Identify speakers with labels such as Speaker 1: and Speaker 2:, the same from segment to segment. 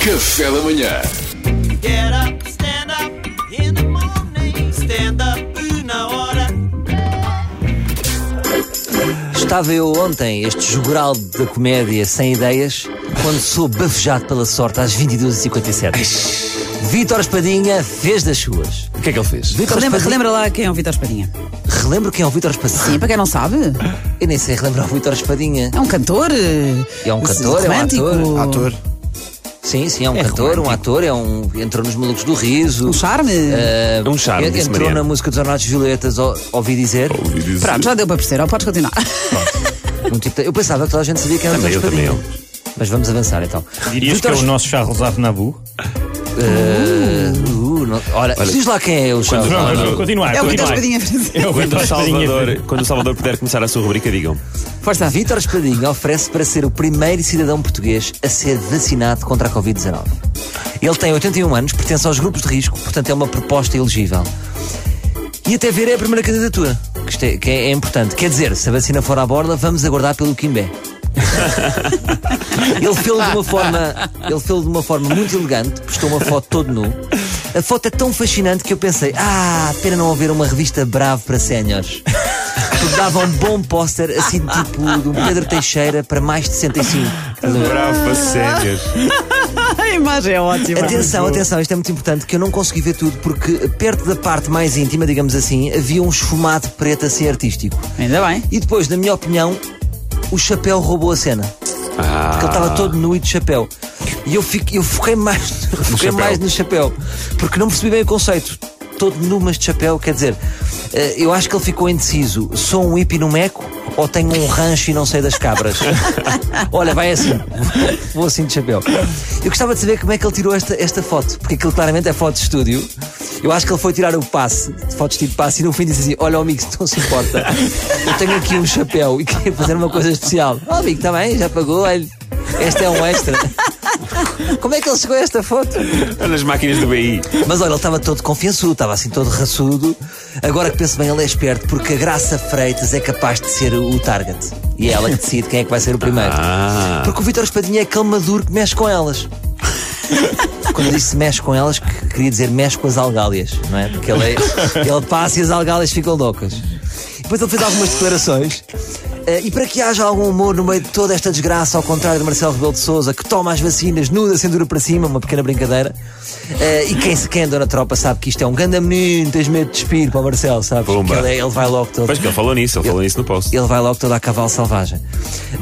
Speaker 1: Café da manhã.
Speaker 2: Get up, stand up in the morning. Stand up na hora.
Speaker 3: Estava eu ontem, este jogral da comédia sem ideias, quando sou bafejado pela sorte às 22h57. Vítor Espadinha fez das suas.
Speaker 4: O que é que ele fez?
Speaker 3: Vítor
Speaker 5: Relembra,
Speaker 3: Espadinha-
Speaker 5: relembra lá quem é o Vitor Espadinha.
Speaker 3: Relembro quem é o Vítor Espadinha.
Speaker 5: Sim, para quem não sabe,
Speaker 3: Eu nem sei relembrar o Vítor Espadinha.
Speaker 5: é um cantor. eh,
Speaker 3: É um cantor, é um
Speaker 5: romântico,
Speaker 3: ator.
Speaker 4: Ator.
Speaker 3: Sim, sim, é um cantor, um ator, é um. entrou nos malucos do riso.
Speaker 5: Um charme.
Speaker 3: Ah,
Speaker 4: É um charme, disse
Speaker 3: Entrou
Speaker 4: Maria.
Speaker 3: na música dos Ornatos Violetas, ó- ouvi dizer.
Speaker 5: Pronto, já deu para perceber. Ó, podes continuar.
Speaker 3: Um tipo de- Eu pensava que toda a gente sabia quem era o
Speaker 4: Também
Speaker 3: Vítor
Speaker 4: eu, também
Speaker 3: Espadinha. Mas vamos avançar então.
Speaker 6: Dirias
Speaker 3: Vítor
Speaker 6: que é
Speaker 3: Espadinha-
Speaker 6: o nosso Charles Aznavour?
Speaker 3: Uh, não- olha, diz lá quem é o Charles.
Speaker 6: Não,
Speaker 3: Aznavour.
Speaker 6: não, continuar,
Speaker 5: É o Vitor
Speaker 6: continuar.
Speaker 5: Espadinha francês.
Speaker 6: É o
Speaker 4: Quando
Speaker 6: Vitor
Speaker 4: o,
Speaker 6: Espadinha.
Speaker 4: Salvador, quando o Salvador puder começar a sua rubrica, digam.
Speaker 5: Força.
Speaker 3: Vítor Espadinha oferece para ser o primeiro cidadão português a ser vacinado contra a Covid-19. Ele tem 81 anos, pertence aos grupos de risco, portanto é uma proposta elegível. E até ver é a primeira candidatura, que, isto é, que é- é importante. Quer dizer, se a vacina for à borda, vamos aguardar pelo Quimbé. ele fez de uma forma, ele fez de uma forma muito elegante, postou uma foto todo nu. A foto é tão fascinante que eu pensei: "Ah, pena não haver uma revista Bravo para séniores". Porque dava um bom póster assim tipo de um Pedro Teixeira para mais de 65.
Speaker 4: Brava sénior.
Speaker 5: A imagem é ótima.
Speaker 3: Atenção, atenção, isto é muito importante que eu não consegui ver tudo porque perto da parte mais íntima, digamos assim, havia um esfumado preto assim artístico.
Speaker 5: Ainda bem.
Speaker 3: E depois, na minha opinião, o chapéu roubou a cena. Porque ele estava todo nu e de chapéu. E eu, fico, eu foquei, mais, foquei
Speaker 4: chapéu.
Speaker 3: mais no chapéu. Porque não percebi bem o conceito. Todo nu, mas de chapéu, quer dizer, eh, eu acho que ele ficou indeciso. Sou um hippie no meco ou tenho um rancho e não sei das cabras? Olha, vai assim. Vou assim de chapéu. Eu gostava de saber como é que ele tirou esta, esta foto, porque aquilo claramente é foto de estúdio. Eu acho que ele foi tirar o passe, de fotos tipo passe, e no fim disse assim: Olha, ó, amigo, se não se importa, eu tenho aqui um chapéu e queria fazer uma coisa especial. Ó, amigo, está bem, já pagou, olha, este é um extra. Como é que ele chegou a esta foto?
Speaker 4: Nas máquinas do BI.
Speaker 3: Mas olha, ele estava todo confiançudo, estava assim todo raçudo. Agora que penso bem, ele é esperto, porque a Graça Freitas é capaz de ser o target. E é ela que decide quem é que vai ser o primeiro. Porque o Vitor Espadinha é aquele maduro que mexe com elas. Quando eu disse mexe com elas, que- queria dizer mexe com as algálias, não é? Porque ele, é- ele passa e as algálias ficam loucas. Depois ele fez algumas declarações. Eh, e para que haja algum humor no meio de toda esta desgraça, ao contrário de Marcelo Rebelo de Souza, que toma as vacinas nuda, sem dura para cima, uma pequena brincadeira. Eh, e quem se quem andou na tropa sabe que isto é um ganda menino, tens medo de despir para o Marcelo, sabes? Que
Speaker 4: Pumba.
Speaker 3: ele, é- ele vai logo todo
Speaker 4: Pois que ele falou nisso, ele falou nisso no post.
Speaker 3: ele vai logo todo a cavalo selvagem.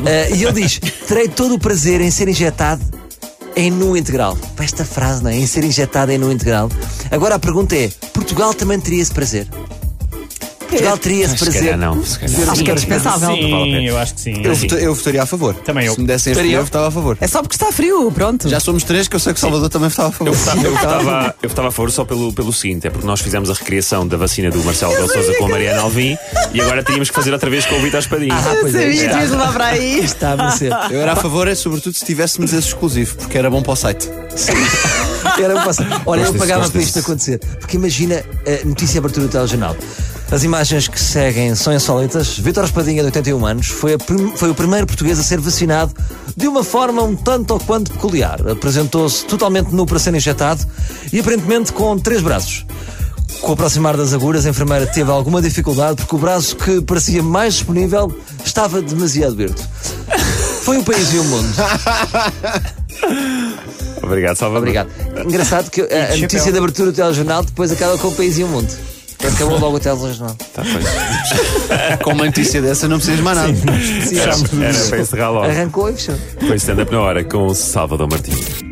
Speaker 3: Ah, e ele diz: terei todo o prazer em ser injetado em nu integral. Pá, Esta frase, não é? Em ser injetado em nu integral. Agora a pergunta é: Portugal também teria esse prazer? Portugal teria esse
Speaker 4: Se
Speaker 3: prazer?
Speaker 4: calhar não, se calhar.
Speaker 3: Acho que era dispensável. É
Speaker 4: pena.
Speaker 6: Sim, eu acho que sim.
Speaker 7: Eu, vota- eu votaria a favor.
Speaker 6: Também eu.
Speaker 7: Se me dessem a escolher, eu votava a favor.
Speaker 5: É só porque está frio, pronto.
Speaker 7: Já somos três, que eu sei que o Salvador também votava a favor.
Speaker 4: Eu votava, eu votava- eu votava a favor só pelo, pelo seguinte: é porque nós fizemos a recriação da vacina do Marcelo Del Souza com a Mariana Alvim e agora teríamos que fazer outra vez com o Vitor Espadinha.
Speaker 3: Ah,
Speaker 5: Eu
Speaker 3: pois é,
Speaker 5: sabia que
Speaker 3: está,
Speaker 5: ias levar para aí.
Speaker 3: está a merecer.
Speaker 7: Eu era a favor, é sobretudo se tivéssemos esse exclusivo, porque era bom para o site.
Speaker 3: Era um passo- Olha, eu
Speaker 4: disso,
Speaker 3: pagava
Speaker 4: gosto
Speaker 3: para isto
Speaker 4: disso.
Speaker 3: acontecer. Porque imagina a notícia de abertura do telejornal. As imagens que seguem são insólitas. Vitor Espadinha, de 81 anos, foi, a prim- foi o primeiro português a ser vacinado de uma forma um tanto ou quanto peculiar. Apresentou-se totalmente nu para ser injetado e aparentemente com três braços. Com o aproximar das agulhas, a enfermeira teve alguma dificuldade porque o braço que parecia mais disponível estava demasiado verde. Foi o país e o mundo.
Speaker 4: Obrigado, Salvador.
Speaker 3: Obrigado. Engraçado que eh, a, notícia de abertura do telejornal depois acaba com o país e o mundo. Acabou logo o telejornal.
Speaker 4: Tá, pois.
Speaker 7: Com uma notícia dessa não precisas mais nada.
Speaker 4: Era para encerrar logo.
Speaker 3: Arrancou e fechou.
Speaker 4: Foi stand-up na hora com o Salvador Martins.